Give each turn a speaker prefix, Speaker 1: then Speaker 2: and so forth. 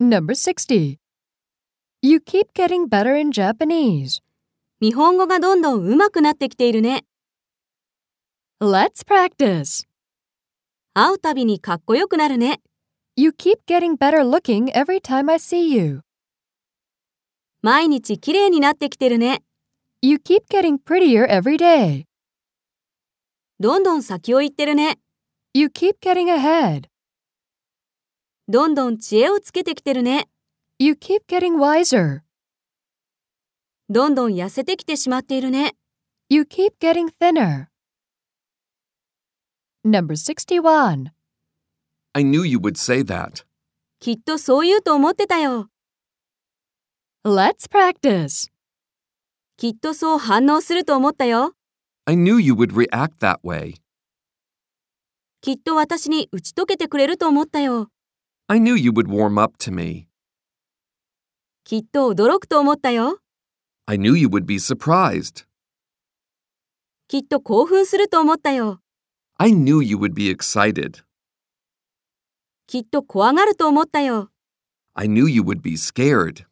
Speaker 1: Number 60. You keep getting better in Japanese.
Speaker 2: 日本語がどんどん上手くなってきているね。
Speaker 1: Let's practice.
Speaker 2: 会うたびにかっこよくなるね。
Speaker 1: You keep getting better looking every time I see you.
Speaker 2: 毎日綺麗になってきてるね。
Speaker 1: You keep getting prettier every day.
Speaker 2: どんどん先を行ってるね。
Speaker 1: You keep getting ahead.
Speaker 2: どんどん知恵をつけてきてるね。
Speaker 1: You keep getting wiser.
Speaker 2: どんどん痩せてきてしまっているね。
Speaker 1: You keep getting thinner. Number 61.
Speaker 3: I knew you would say that.
Speaker 2: きっとそう言うと思ってたよ。
Speaker 1: Let's practice.
Speaker 2: きっとそう反応すると思ったよ。
Speaker 3: I knew you would react that way.
Speaker 2: きっと私に打ち解けてくれると思ったよ。
Speaker 3: I knew you would warm up to me.
Speaker 2: きっと驚くと思ったよ。
Speaker 3: I knew you would be surprised.
Speaker 2: きっと興奮すると思ったよ。
Speaker 3: I knew you would be excited.
Speaker 2: きっと怖がると思ったよ。
Speaker 3: I knew you would be scared.